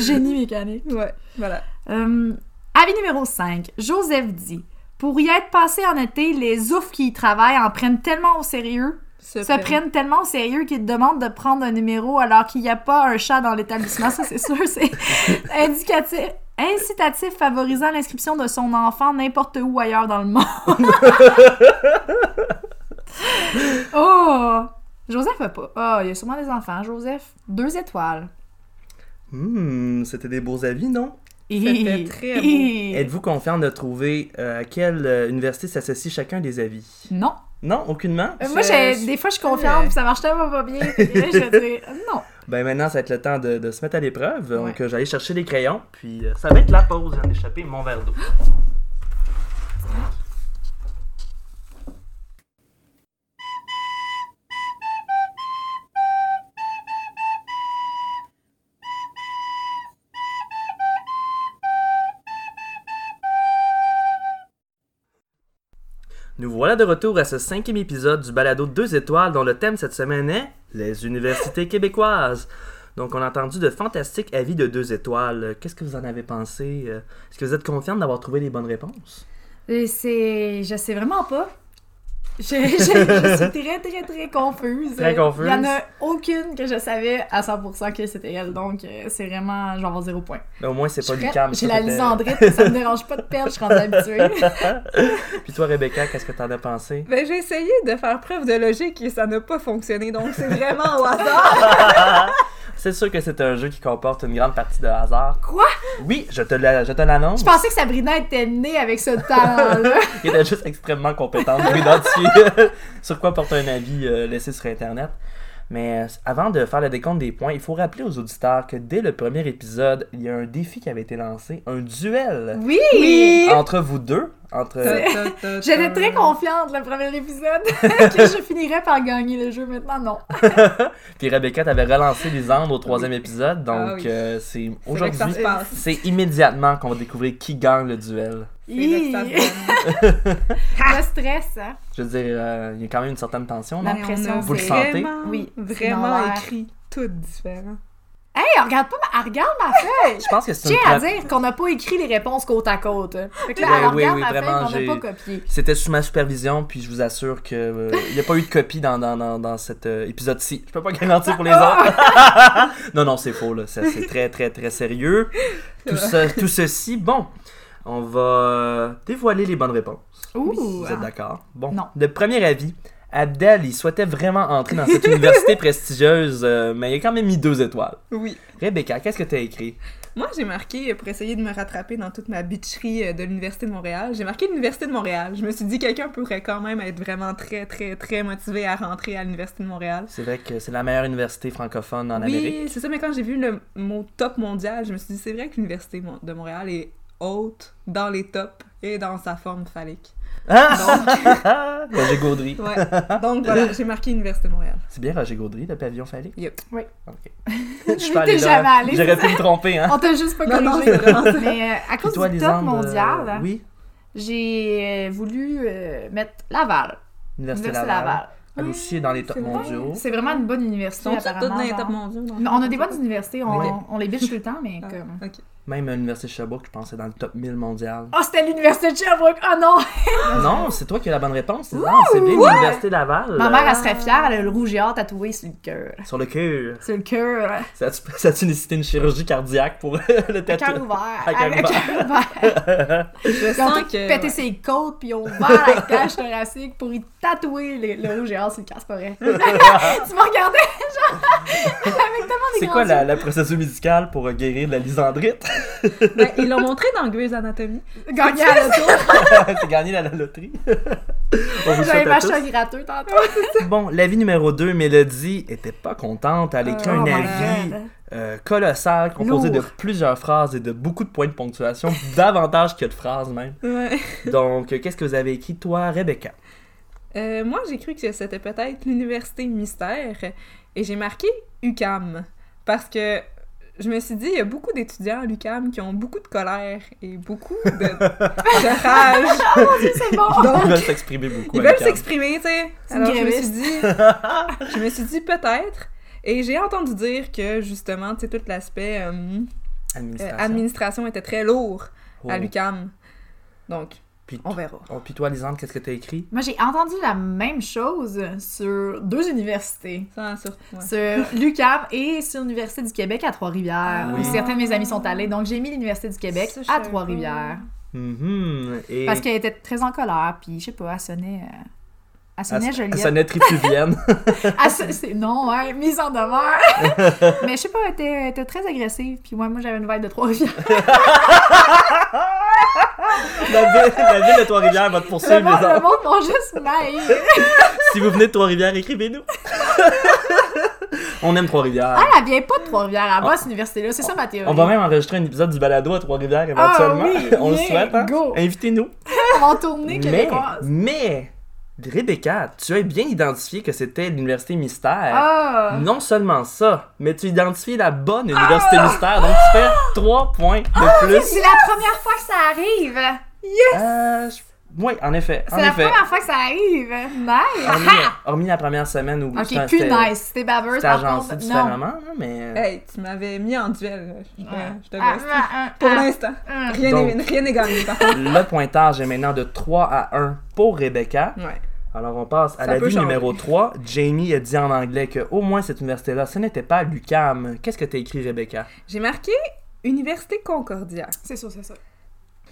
S1: Génie mécanique.
S3: ouais, voilà.
S1: Euh, avis numéro 5. Joseph dit Pour y être passé en été, les oufs qui y travaillent en prennent tellement au sérieux, se prennent tellement au sérieux qu'ils te demandent de prendre un numéro alors qu'il n'y a pas un chat dans l'établissement. Ça, c'est sûr, c'est indicatif. Incitatif favorisant l'inscription de son enfant n'importe où ailleurs dans le monde. oh! Joseph a pas. Ah, il y a sûrement des enfants, Joseph. Deux étoiles.
S2: Hmm, c'était des beaux avis, non?
S3: C'était très beau.
S1: Hi.
S2: Êtes-vous confiant de trouver euh, à quelle euh, université s'associe chacun des avis?
S1: Non.
S2: Non, aucunement?
S1: Euh, Moi,
S3: Je-
S1: j'ai-
S3: je-
S1: des fois, je suis confiante, puis ça marche tellement pas bien. que je dis non.
S2: Ben maintenant, ça va être le temps de, de se mettre à l'épreuve.
S3: Ouais.
S2: Donc, euh, j'allais chercher les crayons, puis euh, ça va être la pause. J'en ai échappé mon verre d'eau. Nous voilà de retour à ce cinquième épisode du balado 2 étoiles dont le thème cette semaine est les universités québécoises. Donc, on a entendu de fantastiques avis de deux étoiles. Euh, Qu'est-ce que vous en avez pensé? Euh, Est-ce que vous êtes confiante d'avoir trouvé les bonnes réponses?
S1: Et c'est. Je sais vraiment pas. Je, je- je suis très, très, très confuse.
S2: Très confuse.
S1: Il y en a aucune que je savais à 100% que c'était elle. Donc, euh, c'est vraiment. J'en vais zéro point.
S2: Ben, au moins, c'est pas
S1: Je suis
S2: Lucam.
S1: prête, J'ai la lisandrite, ça me dérange pas de perdre, je suis rendue habituée.
S2: Puis toi, Rebecca, qu'est-ce que t'en as pensé?
S3: Ben, j'ai essayé de faire preuve de logique et ça n'a pas fonctionné, donc c'est vraiment au hasard.
S2: C'est sûr que c'est un jeu qui comporte une grande partie de hasard.
S1: Quoi?
S2: Oui, je te la- je te l'annonce.
S1: Je pensais que Sabrina était née avec ce talent-là.
S2: Il était juste extrêmement compétent pour identifier sur quoi porter un avis euh, laissé sur Internet. Mais euh, avant de faire le décompte des points, il faut rappeler aux auditeurs que dès le premier épisode, il y a un défi qui avait été lancé, un duel
S1: Oui!
S2: entre vous deux, entre.
S1: J'étais très confiante le premier épisode que je finirais par gagner le jeu. Maintenant, non.
S2: Puis Rebecca, t'avais relancé les Andes au troisième épisode, donc
S3: Ah oui.
S2: euh, c'est
S3: vrai que ça
S2: aujourd'hui.
S3: se passe.
S2: C'est immédiatement qu'on va découvrir qui gagne le duel.
S3: C'est là que ça
S1: Hi!
S3: se passe.
S1: Le stress, hein?
S2: Je veux dire, euh, il y a quand même une certaine tension,
S1: La
S2: là.
S3: Mais on
S1: pression,
S3: a
S1: Vous le
S2: sentez?
S3: vraiment,
S1: Oui, c'est dans
S3: Vraiment
S1: l'air.
S3: écrit, tout différent.
S1: Hey, elle regarde pas, ma... elle regarde ma feuille!
S2: Je pense que c'est
S1: J'ai
S2: une
S1: à
S2: tra-
S1: dire qu'on n'a pas écrit les réponses côte à côte. Fait que là,
S2: Oui,
S1: elle
S2: oui,
S1: regarde
S2: oui,
S1: ma
S2: vraiment,
S1: feuille, mais on n'a
S2: j'ai-
S1: pas copié.
S2: C'était sous ma supervision, puis je vous assure que euh, il n'y a pas eu de copie dans, dans, dans, dans cet euh, épisode-ci. Je peux pas garantir pour les autres. non, non, c'est faux, là. Ça, C'est très, très, très sérieux. Tout, ça, tout ceci, bon, on va euh, dévoiler les bonnes réponses.
S1: Ouh!
S2: Vous êtes d'accord? Bon.
S1: Non.
S2: De premier avis, Abdel, il souhaitait vraiment entrer dans cette université prestigieuse, euh, mais il a quand même mis deux étoiles.
S3: Oui.
S2: Rebecca, qu'est-ce que t'as écrit?
S3: Moi, j'ai marqué, euh, pour essayer de me rattraper dans toute ma bitcherie euh, de l'Université de Montréal, j'ai marqué l'Université de Montréal. Je me suis dit, quelqu'un pourrait quand même être vraiment très, très, très motivé à rentrer à l'Université de Montréal.
S2: C'est vrai que c'est la meilleure université francophone en Amérique.
S3: oui, c'est ça, mais quand j'ai vu le mot top mondial, je me suis dit, c'est vrai que l'Université mon- de Montréal est haute dans les tops et dans sa forme phallique.
S2: Ah! Roger Gaudry.
S3: Ouais. Donc voilà, j'ai marqué l'Université de Montréal.
S2: C'est bien Roger Gaudry, le pavillon phallique?
S3: Yep.
S1: Oui.
S2: Ok.
S1: Je
S2: peux
S1: m'étais
S2: aller
S1: jamais
S2: là.
S1: allée,
S2: J'aurais pu me tromper, hein?
S1: On t'a juste pas
S3: Non, non,
S1: corrigé.
S3: c'est vraiment ça.
S1: Mais euh, à cause
S2: Puis toi,
S1: du top
S2: Lisande, euh,
S1: mondial, hein.
S2: Oui,
S1: j'ai euh, voulu euh, mettre Laval.
S2: Université
S1: Université
S2: Laval. Oh.
S1: Laval.
S2: Elle aussi est dans les tops
S3: C'est vrai.
S2: mondiaux.
S1: C'est vraiment une bonne université.
S3: Sont toutes
S1: apparemment,
S3: dans les
S1: genre.
S3: tops mondiaux? dans-
S1: Non, On a des bonnes universités, on,
S2: Ok.
S1: on les biche tout le temps, mais
S3: Ah,
S1: comme.
S3: ok.
S2: Même à l'Université de Sherbrooke, je pense, c'est dans le top 1000 mondial.
S1: Oh, c'était l'université de Sherbrooke! Oh non!
S2: Non, c'est toi qui as la bonne réponse. Non, c'est bien l'Université Laval.
S1: Ma
S2: euh,
S1: mère, elle serait fière, elle a le rouge et or tatoué sur le cœur.
S2: Sur le cœur.
S1: Sur le cœur.
S2: Ça a-tu ça a-tu nécessité une chirurgie cardiaque pour le
S1: Le cœur
S2: tatou?
S1: ouvert.
S2: À cœur
S1: Avec
S2: ouvert.
S1: cœur ouvert.
S3: Je
S1: Ils ont
S3: sens
S1: tous
S3: que...
S1: pété ses côtes, puis ils ont ouvert la cage thoracique pour y tatouer le, le rouge et or sur le cœur, c'est pas vrai. tu me regardais, genre, avec tellement des
S2: C'est
S1: grands
S2: quoi la,
S1: yeux.
S2: la procédure médicale pour euh, guérir de la lysandrite?
S3: Ben, ils l'ont montré dans Grey's Anatomy.
S1: Gagné à l'auto.
S2: T'as gagné la, la loterie. On vous le
S1: J'avais
S2: souhaite
S1: ma
S2: à tous.
S1: chatte gratteux tantôt.
S2: Bon, l'avis numéro 2, Mélodie était pas contente. Elle écrit
S3: Oh
S2: un
S3: my
S2: avis euh, colossal composé
S1: Lourd.
S2: de plusieurs phrases et de beaucoup de points de ponctuation, davantage que de phrases même.
S3: Ouais.
S2: Donc, euh, qu'est-ce que vous avez écrit, toi, Rebecca?
S3: Euh, moi, j'ai cru que c'était peut-être l'université mystère et j'ai marqué UCAM parce que je me suis dit, il y a beaucoup d'étudiants à l'UCAM qui ont beaucoup de colère et beaucoup de, de rage.
S1: C'est bon.
S2: Ils veulent s'exprimer beaucoup.
S3: Ils
S2: à
S3: veulent
S2: l'occasion.
S3: s'exprimer, tu sais.
S1: C'est une
S3: Alors, je me suis
S1: gréviste.
S3: dit, je me suis dit peut-être. Et j'ai entendu dire que justement, tu sais, tout l'aspect euh, euh,
S2: Administration.
S3: administration était très lourd
S2: Oh.
S3: à l'UCAM. Donc,
S2: Puis, t-
S3: on verra.
S2: oh, puis toi, Lisande, qu'est-ce que t'as écrit?
S1: Moi, j'ai entendu la même chose sur deux universités.
S3: Sans sur... ouais.
S1: Sur l'UQAM et sur l'Université du Québec à Trois-Rivières,
S3: Ah
S1: où
S2: oui.
S1: certains de mes amis sont allés. Donc, j'ai mis l'Université du Québec
S3: Ça, je
S1: à
S3: savais pas.
S1: Trois-Rivières.
S2: Mhm. Et
S1: Parce qu'elle était très en colère, puis je sais pas, elle sonnait. euh, Elle sonnait
S2: elle- elle
S1: Joliette.
S2: sonnait tripuvienne.
S1: Elle son- c'est- Non, hein, mise en demeure. Mais je sais pas, elle était, elle était très agressive. Puis moi, moi j'avais une vibe de Trois-Rivières.
S2: la, ville, la ville de Trois-Rivières va te
S1: Le
S2: poursuivre,
S1: monde, le
S2: Lisande.
S1: monde m'a juste naïf.
S2: Si vous venez de Trois-Rivières, écrivez-nous. On aime Trois-Rivières.
S1: Elle, elle vient pas de Trois-Rivières, elle va à cette université-là. C'est ça ma théorie.
S2: Ah. On va même enregistrer un épisode du balado à Trois-Rivières
S1: Ah
S2: éventuellement.
S1: oui,
S2: On le
S1: yeah,
S2: souhaite. hein?
S1: go.
S2: Invitez-nous.
S1: en tournée
S2: Mais,
S1: québécoise.
S2: mais, Rebecca, tu as bien identifié que c'était l'université mystère.
S1: Ah!
S2: Non seulement ça, mais tu identifies la bonne université mystère, donc tu fais 3 points de plus.
S1: Ah, C'est la première fois que ça arrive!
S2: Euh, je- Oui, en effet, en
S1: C'est la
S2: effet.
S1: première fois que ça arrive! Nice!
S2: Hormis, hormis la première semaine où
S1: Ok,
S2: c'était-
S1: plus
S2: c'était-
S1: nice. C'était baveuse,
S2: c'était
S1: par
S2: agencé
S1: contre. Non.
S2: différemment, hein, mais...
S3: Hey, tu m'avais mis en duel. euh, Je, je te
S1: Ah,
S3: blesse.
S1: ah, ah,
S3: Pour
S1: ah,
S3: l'instant,
S1: ah.
S3: rien
S2: Donc-
S3: n'est rien n'est gagné, par contre.
S2: Le pointage est maintenant de 3 à 1 pour Rebecca.
S3: Ouais.
S2: Alors on passe à
S3: Ça
S2: la
S3: peut
S2: vie
S3: changer.
S2: numéro 3. Jamie a dit en anglais que au moins cette université-là, ce n'était pas l'UCAM. Qu'est-ce que t'as écrit, Rebecca?
S3: J'ai marqué Université Concordia.
S1: C'est sûr, c'est ça.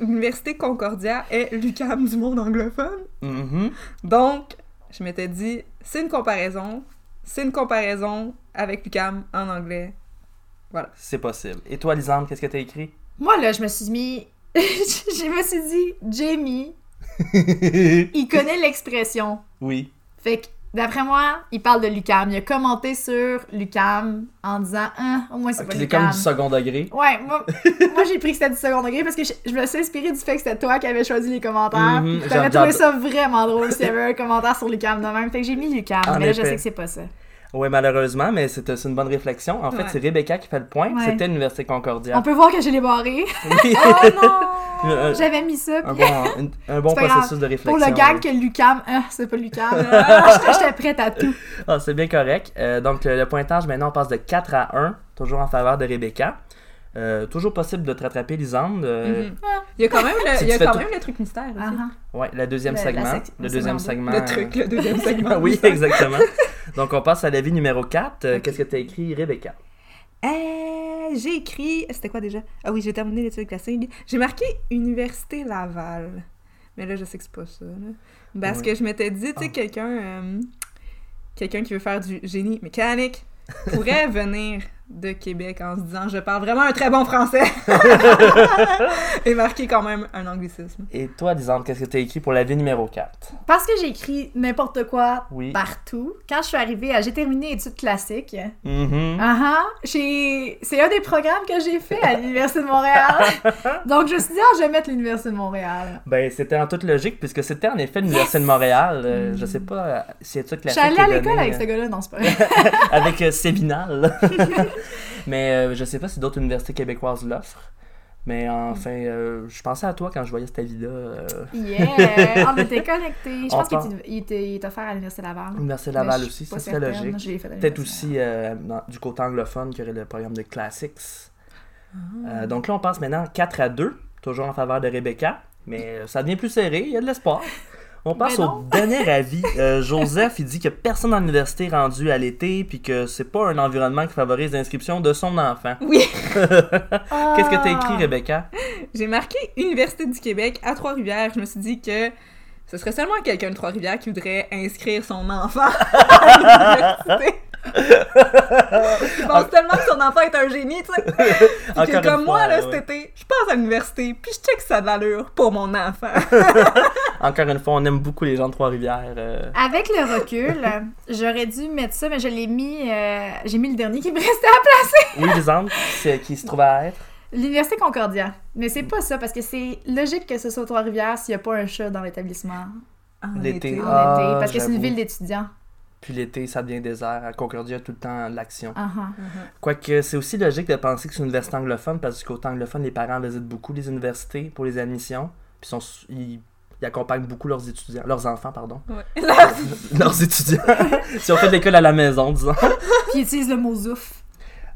S3: L'Université Concordia est l'UCAM du monde anglophone.
S1: Mm-hmm.
S2: Mhm.
S3: Donc, je m'étais dit, c'est une comparaison. C'est une comparaison avec l'UCAM en anglais.
S2: C'est possible. Et toi, Lisande, qu'est-ce que t'as écrit?
S1: Moi, là, je me suis mis. je me suis dit, Jamie, il connaît l'expression.
S2: oui.
S1: Fait que D'après moi, il parle de Lucam. Il a commenté sur Lucam en disant Hein, au moins c'est
S2: Ok,
S1: pas
S2: C'est comme
S1: Lucam.
S2: du second degré.
S1: Ouais, moi, moi j'ai pris que c'était du second degré parce que je, je me suis inspirée du fait que c'était toi qui avais choisi les commentaires.
S2: Mhm,
S1: puis
S2: je
S1: J'avais
S2: regarde.
S1: trouvé ça vraiment drôle s'il y avait un commentaire sur Lucam de même. Fait que j'ai mis Lucam,
S2: En
S1: mais là, je
S2: effet.
S1: sais que c'est pas ça.
S2: Oui, malheureusement, mais c'est c'est une bonne réflexion. En fait,
S3: Ouais.
S2: c'est Rebecca qui fait le point.
S1: Ouais.
S2: C'était l'Université
S1: On
S2: Concordia.
S1: peut voir que j'ai les barrés.
S2: Oui.
S1: oh non!
S2: Un-
S1: J'avais mis ça.
S2: un
S1: puis
S2: bon, une- un bon
S1: C'est pas
S2: processus de
S1: pour
S2: réflexion.
S1: le gag
S2: oui.
S1: que Lucam, hein, c'est pas Lucam. J'étais j'étais prête à tout.
S2: Ah, c'est bien correct. Euh, donc, euh, le pointage, maintenant, on passe de 4 à 1, toujours en faveur de Rebecca. Euh, toujours possible de te rattraper, Lisande. Euh,
S1: Mm-hmm.
S3: Mhm. Il y a quand même le,
S2: Si
S3: il y
S2: tu
S3: a
S2: fais
S3: quand
S2: tout-
S3: même le truc mystère. aussi.
S1: Ah, ah.
S2: Ouais, le deuxième
S1: Le- la
S2: segment.
S1: sec-
S2: le deuxième segment.
S3: Le truc, le deuxième
S2: euh,
S3: segment.
S2: oui, exactement. Donc, on passe à l'avis numéro 4.
S3: Ok.
S2: Qu'est-ce que tu as écrit, Rebecca
S3: Euh, j'ai écrit. C'était quoi déjà Ah oui, j'ai terminé l'étude classique. J'ai marqué Université Laval. Mais là, je sais que c'est pas ça. là. Parce
S2: Ouais.
S3: que je m'étais dit, tu sais,
S2: Ah.
S3: quelqu'un euh, quelqu'un qui veut faire du génie mécanique pourrait venir de Québec en se disant Je parle vraiment un très bon français. Et marquer quand même un anglicisme.
S2: Et toi, Lisande, qu'est-ce que tu as écrit pour l'avis numéro 4
S1: Parce que j'ai écrit n'importe quoi
S2: Oui.
S1: partout. Quand je suis arrivée à j'ai terminé études classiques.
S2: Mhm.
S1: Ah ah, j'ai- c'est un des programmes que j'ai fait à l'Université de Montréal. Donc je me suis dit ah, je vais mettre l'Université de Montréal.
S2: Ben, c'était en toute logique, puisque c'était en effet l'Université de Montréal. Euh, Je sais pas euh, si c'est ça que
S1: Je
S2: la
S1: suis allée Mm. à
S2: fac est
S1: l'école
S2: donnée,
S1: avec
S2: euh,
S1: ce gars-là, non, c'est pas vrai.
S2: avec euh, Sévinal. mais euh, je sais pas si d'autres universités québécoises l'offrent. Mais enfin, euh, je pensais à toi quand je voyais cette avis-là. euh,
S1: Yeah, on était connectés. Je
S2: On
S1: pense qu'il
S2: part.
S1: était- il était il est offert à l'Université Laval.
S2: Université
S1: Mais
S2: Laval
S1: Ben, je suis
S2: aussi,
S1: pas
S2: ça serait
S1: certaine.
S2: logique.
S1: Je l'ai fait à
S2: Peut-être
S1: l'Université
S2: aussi euh, dans- du côté anglophone qu'il y aurait le programme de Classics.
S3: Ah.
S2: Euh, donc là, on passe maintenant 4 à 2, toujours en faveur de Rebecca. Mais euh, ça devient plus serré, il y a de l'espoir. On passe
S1: Ben
S2: au dernier avis. Euh, Joseph, il dit que personne dans l'université est rendu à l'été, puis que c'est pas un environnement qui favorise l'inscription de son enfant.
S1: Laval.
S2: Qu'est-ce que t'as écrit,
S1: Ah.
S2: Rebecca?
S3: J'ai marqué Université du Québec à Trois-Rivières. Je me suis dit que ce serait seulement quelqu'un de Trois-Rivières qui voudrait inscrire son enfant à l'université. Il pense tellement que son enfant est un génie, tu sais. Puis
S2: Encore
S3: que
S2: une fois,
S3: comme moi, là,
S2: ouais.
S3: cet été, je passe à l'université, puis je check si ça a de l'allure pour mon enfant.
S2: Encore une fois, on aime beaucoup les gens de Trois-Rivières. euh.
S1: Ah! Avec le recul, j'aurais dû mettre ça, mais je l'ai mis. euh, J'ai mis le dernier qui me restait à place.
S2: Oui, Lisande, qui se- qui se trouve à être.
S1: L'Université Concordia. Mais c'est pas ça, parce que c'est logique que ce soit Trois-Rivières s'il n'y a pas un chat dans l'établissement
S3: En
S2: L'été.
S3: été.
S1: en
S2: Ah,
S1: été, parce que c'est une
S2: j'avoue.
S1: ville d'étudiants.
S2: Puis l'été, ça devient désert. À Concordia, tout le temps, l'action.
S1: Ah ah.
S2: Quoique, c'est aussi logique de penser que c'est une université anglophone, parce que côté anglophone, les parents visitent beaucoup les universités pour les admissions. Puis sont, sou- ils, ils accompagnent beaucoup leurs étudiants, leurs enfants, pardon.
S3: Ouais.
S2: leurs étudiants. si on fait de l'école à la maison, disons.
S1: Puis ils utilisent le mot zouf.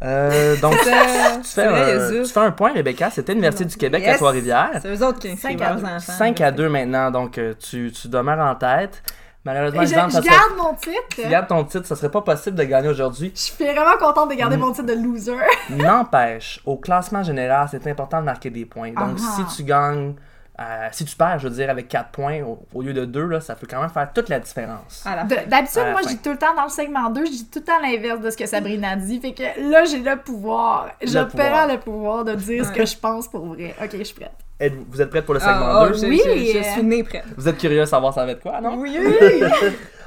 S2: Euh, donc, tu
S3: Euh,
S2: fais,
S3: vrai, il y a
S2: un,
S3: Zeus.
S2: tu fais un point, Rebecca. C'était l'Université du Québec à
S3: Yes.
S2: Trois-Rivières.
S3: C'est eux autres qui inscrivent
S1: Cinq à
S3: leurs
S1: deux.
S3: enfants.
S2: 5 à 2 maintenant, donc euh, tu, tu demeures en tête. Malheureusement,
S1: Et je,
S2: Lisandre,
S1: je
S2: ça serait-
S1: garde mon titre.
S2: tu gardes ton titre, ça serait pas possible de gagner aujourd'hui.
S1: Je suis vraiment contente de garder
S2: Mm.
S1: mon titre de loser.
S2: N'empêche, au classement général, c'est important de marquer des points. Donc,
S1: Ah.
S2: si tu gagnes, euh, si tu perds, je veux dire, avec 4 points au, au lieu de 2, ça peut quand même faire toute la différence.
S3: À la fin.
S1: De- D'habitude,
S2: À la
S1: moi,
S2: fin.
S1: je dis tout le temps dans le segment 2, je dis tout le temps l'inverse de ce que Sabrina dit. Fait que là, j'ai le pouvoir. J'ai
S2: Le pouvoir.
S1: le pouvoir de dire ce que je pense pour vrai. Ok, je suis prête.
S2: Êtes-vous- vous êtes prête pour le
S3: Ah,
S2: segment
S3: oh,
S2: 2
S3: je,
S1: Oui.
S3: je- je suis née prête.
S2: Vous êtes curieux de savoir ça va être quoi, non
S3: Oui.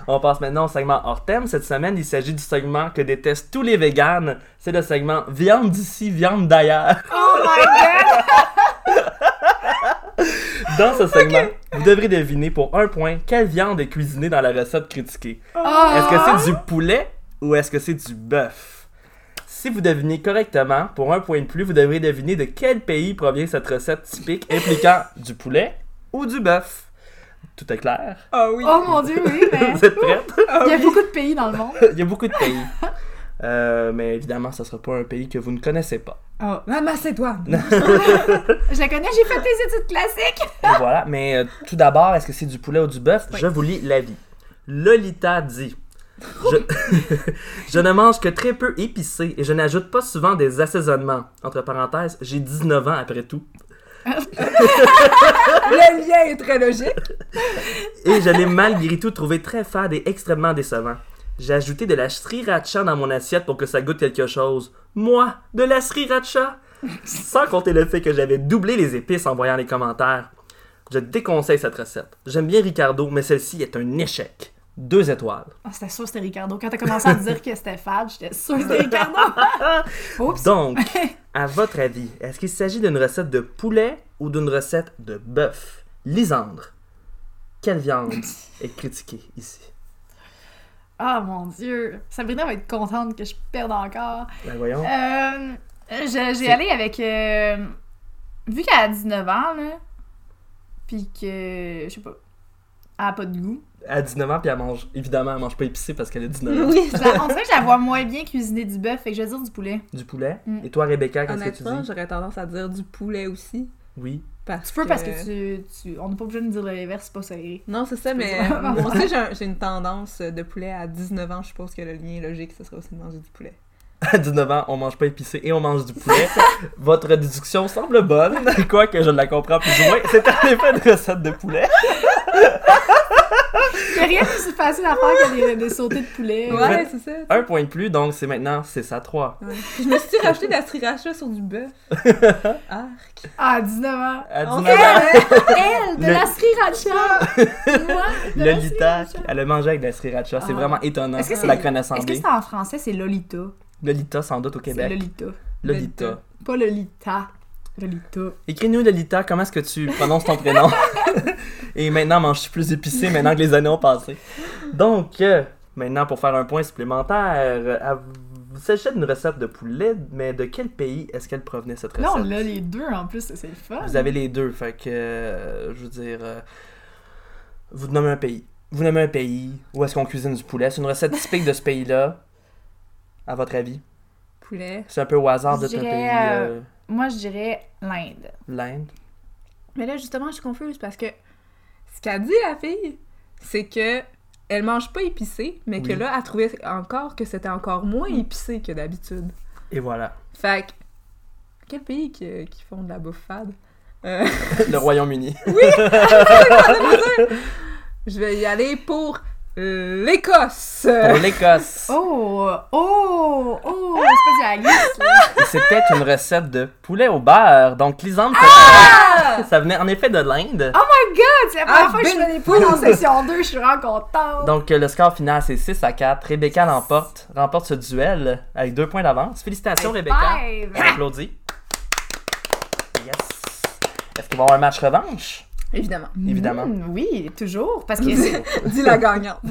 S2: On passe maintenant au segment hors thème. Cette semaine, il s'agit du segment que détestent tous les véganes. C'est le segment viande d'ici, viande d'ailleurs.
S1: Oh my god!
S2: Dans ce segment, vous devrez deviner pour un point quelle viande est cuisinée dans la recette critiquée.
S1: Oh.
S2: Est-ce que c'est du poulet ou est-ce que c'est du bœuf? Si vous devinez correctement, pour un point de plus, vous devrez deviner de quel pays provient cette recette typique impliquant du poulet ou du bœuf. Tout est clair?
S3: Ah oui.
S1: Oh mon dieu, oui, mais
S2: Vous êtes prêts?
S3: Ah
S1: il y a
S3: oui.
S1: beaucoup de pays dans le monde.
S2: Il y a beaucoup de pays. Euh, mais évidemment, ce ne sera pas un pays que vous ne connaissez pas.
S3: Oh, La Macédoine.
S1: Je la connais, j'ai fait des études classiques.
S2: Et voilà, mais euh, tout d'abord, est-ce que c'est du poulet ou du bœuf? Je vous lis l'avis. Lolita dit je... Je ne mange que très peu épicé et je n'ajoute pas souvent des assaisonnements. Entre parenthèses, j'ai 19 ans après tout.
S3: Le lien est très logique.
S2: Et je l'ai malgré tout trouvé très fade et extrêmement décevant. J'ai ajouté de la sriracha dans mon assiette pour que ça goûte quelque chose. Moi, de la sriracha Sans compter le fait que j'avais doublé les épices en voyant les commentaires. Je déconseille cette recette. J'aime bien Ricardo, mais celle-ci est un échec. deux étoiles.
S1: Ah, c'était sûr que c'était Ricardo. Quand t'as commencé à dire que c'était fade, j'étais sûre que c'était Ricardo. Oups.
S2: Donc, à votre avis, est-ce qu'il s'agit d'une recette de poulet ou d'une recette de bœuf? Lisandre, quelle viande est critiquée ici?
S1: Ah mon dieu. Sabrina va être contente que je perde encore.
S2: Ben voyons.
S1: Euh, je- j'ai allé avec. euh, vu qu'elle a 19 ans, là, pis que. Je sais pas. Elle a pas de goût.
S2: À 19 ans, puis elle mange, évidemment, elle mange pas épicé parce qu'elle a 19 ans.
S3: Oui.
S1: Je la- on dirait que je la vois moins bien cuisiner du bœuf, fait que je vais dire du poulet.
S2: Du poulet.
S1: Mm.
S2: Et toi, Rebecca, qu'est-ce que tu
S3: Honnêtement,
S2: dis?
S3: j'aurais tendance à dire du poulet aussi.
S2: Oui.
S3: Parce
S1: Tu peux parce que tu. tu- on n'est pas obligé de me dire le l'inverse, c'est pas serré.
S3: Non, c'est ça, mais
S1: peux
S3: euh, moi aussi, j'ai un- j'ai une tendance de poulet à 19 ans. Je suppose que le lien logique, ce serait aussi de manger du poulet.
S2: À 19 ans, on mange pas épicé et on mange du poulet. Votre déduction semble bonne, quoique je la comprends plus ou moins. C'est en effet une recette de poulet.
S1: Y'a rien de plus facile à faire que des, des sautés de poulet.
S2: Ouais.
S3: Ouais, c'est ça.
S2: Un point de plus, donc c'est maintenant 6 à 3.
S3: Ouais. Puis Je me suis racheté de la sriracha sur du bœuf. Arc.
S1: Ah, à 19 ans.
S2: À
S3: On
S2: 19 ans,
S1: Elle, de
S2: Le-
S1: la sriracha! Moi, de la
S2: Lolita,
S1: sriracha.
S2: elle a mangé avec de la sriracha. C'est
S1: Ah.
S2: vraiment étonnant.
S1: Est-ce que
S2: C'est
S1: c'est-
S2: la connaissance
S1: Est-ce que
S2: B.
S1: c'est en français? C'est Lolita.
S2: Lolita, sans doute au
S1: C'est
S2: Québec.
S1: Lolita.
S2: Lolita.
S1: Pas Lolita. Lolita.
S2: Écris-nous, Lolita, comment est-ce que tu prononces ton prénom? Et maintenant, manges-tu plus épicé maintenant que les années ont passé? Donc, euh, maintenant, pour faire un point supplémentaire, euh, à- il s'agissait d'une recette de poulet, mais de quel pays est-ce qu'elle provenait cette recette?
S1: Là, on l'a les deux en plus, c'est le fun.
S2: Vous avez les deux, fait que, euh, je veux dire, euh, vous nommez un pays. Vous nommez un pays, où est-ce qu'on cuisine du poulet? C'est une recette typique de ce pays-là, à votre avis?
S3: Poulet.
S2: C'est un peu au hasard
S1: Je
S2: de ton
S1: dirais,
S2: pays,
S1: euh,
S2: euh,
S1: Moi, je dirais l'Inde.
S2: l'Inde.
S3: Mais là, justement, je suis confuse parce que ce qu'a dit la fille, c'est que elle mange pas épicé, mais que
S2: Oui.
S3: là, elle trouvait encore que c'était encore moins épicé que d'habitude.
S2: Et voilà,
S3: Fait que, quel pays qui, euh, qui font de la bouffe fade? Euh,
S2: le Royaume-Uni.
S3: je vais y aller pour euh, l'Écosse!
S1: Euh,
S2: Pour l'Écosse.
S1: Oh! Oh! Oh! C'est pas du haggis, là.
S2: Et C'était une recette de poulet au beurre. Donc, Lisande,
S1: Ah!
S2: ça- ça venait en effet de l'Inde.
S1: C'est la première
S3: Ah,
S1: fois que je
S3: ben
S1: fais des points dans section 2, je suis vraiment contente.
S2: Donc, euh, le score final, c'est 6 à 4. Rebecca l'emporte, remporte ce duel avec deux points d'avance. Félicitations, Rebecca.
S1: Five.
S2: On applaudit. Yes. Est-ce qu'il va y avoir un match revanche?
S3: Évidemment.
S2: Évidemment.
S1: Mm, oui, toujours, parce que c'est...
S3: Dis la gagnante.
S2: tu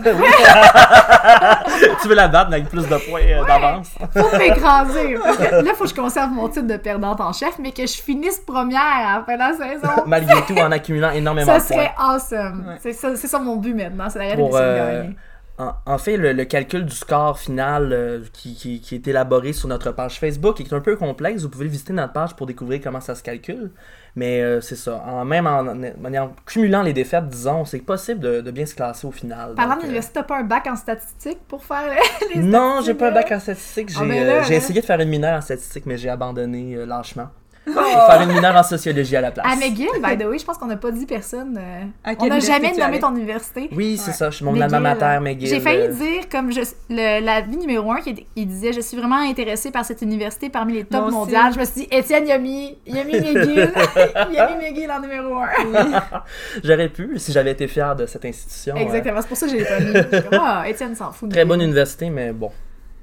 S2: veux la battre avec plus de points euh, d'avance?
S1: Faut m'écraser. Parce que là, faut que je conserve mon titre de perdante en chef, mais que je finisse première à la fin de la saison.
S2: Malgré tout, en accumulant énormément
S1: ça
S2: de points.
S1: serait awesome.
S3: Ouais.
S1: C'est ça, c'est ça mon but maintenant, c'est d'arrêter
S2: Pour,
S1: d'essayer de
S2: euh,
S1: gagner.
S2: En, en fait, le, le calcul du score final euh, qui, qui- qui est élaboré sur notre page Facebook et qui est un peu complexe, vous pouvez visiter notre page pour découvrir comment ça se calcule. Mais euh, c'est ça. En, même en, en- en cumulant les défaites, disons, c'est possible de, de bien se classer au final.
S1: Parlant
S2: Donc, euh,
S1: d'université, t'as pas un bac en statistiques pour faire les, les
S2: Non, j'ai
S1: statistiques,
S2: pas un
S1: là?
S2: bac en statistiques. J'ai
S1: Ah, ben
S2: euh,
S1: là,
S2: j'ai
S1: là.
S2: essayé de faire une mineure en statistiques, mais j'ai abandonné euh, lâchement. Pour faire une mineure en sociologie à la place.
S1: À McGill, by the way, je pense qu'on n'a pas dit personne. euh,
S3: À
S1: on
S3: quelle
S1: n'a
S3: université
S1: jamais
S3: tu
S1: nommé
S3: allais?
S1: ton université.
S2: Oui, c'est
S3: Ouais.
S2: ça. Je suis mon
S1: McGill.
S2: alma mater, McGill.
S1: J'ai failli
S2: euh,
S1: dire, comme je, le- la vie numéro un, qui était- il disait Je suis vraiment intéressée par cette université parmi les tops
S3: Moi aussi.
S1: mondiales. Je me suis dit Étienne, il a mis, il a mis McGill. il a mis McGill en numéro un.
S2: J'aurais pu, si j'avais été fier de cette institution. euh,
S1: Exactement, c'est pour ça que je l'ai pas mis. J'étais comme, Ah, Étienne s'en fout.
S2: Très bonne université, mais bon.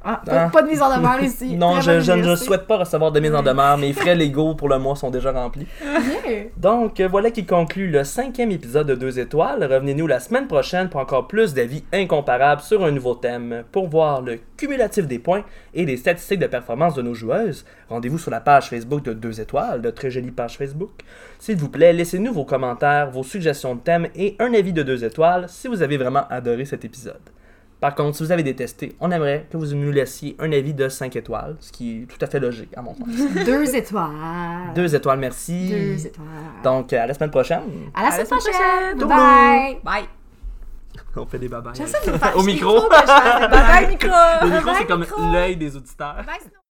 S1: Ah, pas,
S2: Ah.
S1: pas de mise en demeure ici.
S2: Non,
S1: Très
S2: je,
S1: bonne
S2: je ne
S1: université.
S2: souhaite pas recevoir de mise en demeure. Mes frais légaux pour le mois sont déjà remplis.
S1: Yeah.
S2: Donc, euh, voilà qui conclut le cinquième épisode de Deux Étoiles. Revenez-nous la semaine prochaine pour encore plus d'avis incomparables sur un nouveau thème. Pour voir le cumulatif des points et des statistiques de performance de nos joueuses, rendez-vous sur la page Facebook de Deux Étoiles, de très jolie page Facebook. S'il vous plaît, laissez-nous vos commentaires, vos suggestions de thèmes et un avis de Deux Étoiles si vous avez vraiment adoré cet épisode. Par contre, si vous avez détesté, on aimerait que vous nous laissiez un avis de 5 étoiles, ce qui est tout à fait logique à mon sens.
S1: Deux étoiles.
S2: Deux étoiles, merci.
S1: Deux étoiles.
S2: Donc, à la semaine prochaine.
S1: À la
S3: À la
S1: semaine
S3: semaine
S1: prochaine.
S3: prochaine.
S1: Bye.
S3: Bye.
S2: On fait des babayes.
S1: J'aime ça de vous faire-
S2: Au
S1: je- il
S2: micro. ben,
S1: faut que je fasse des
S3: Bye bye, micro!
S2: Le micro,
S1: Bye,
S2: c'est comme
S1: micro.
S2: l'œil des auditeurs.
S1: Bye, sinon-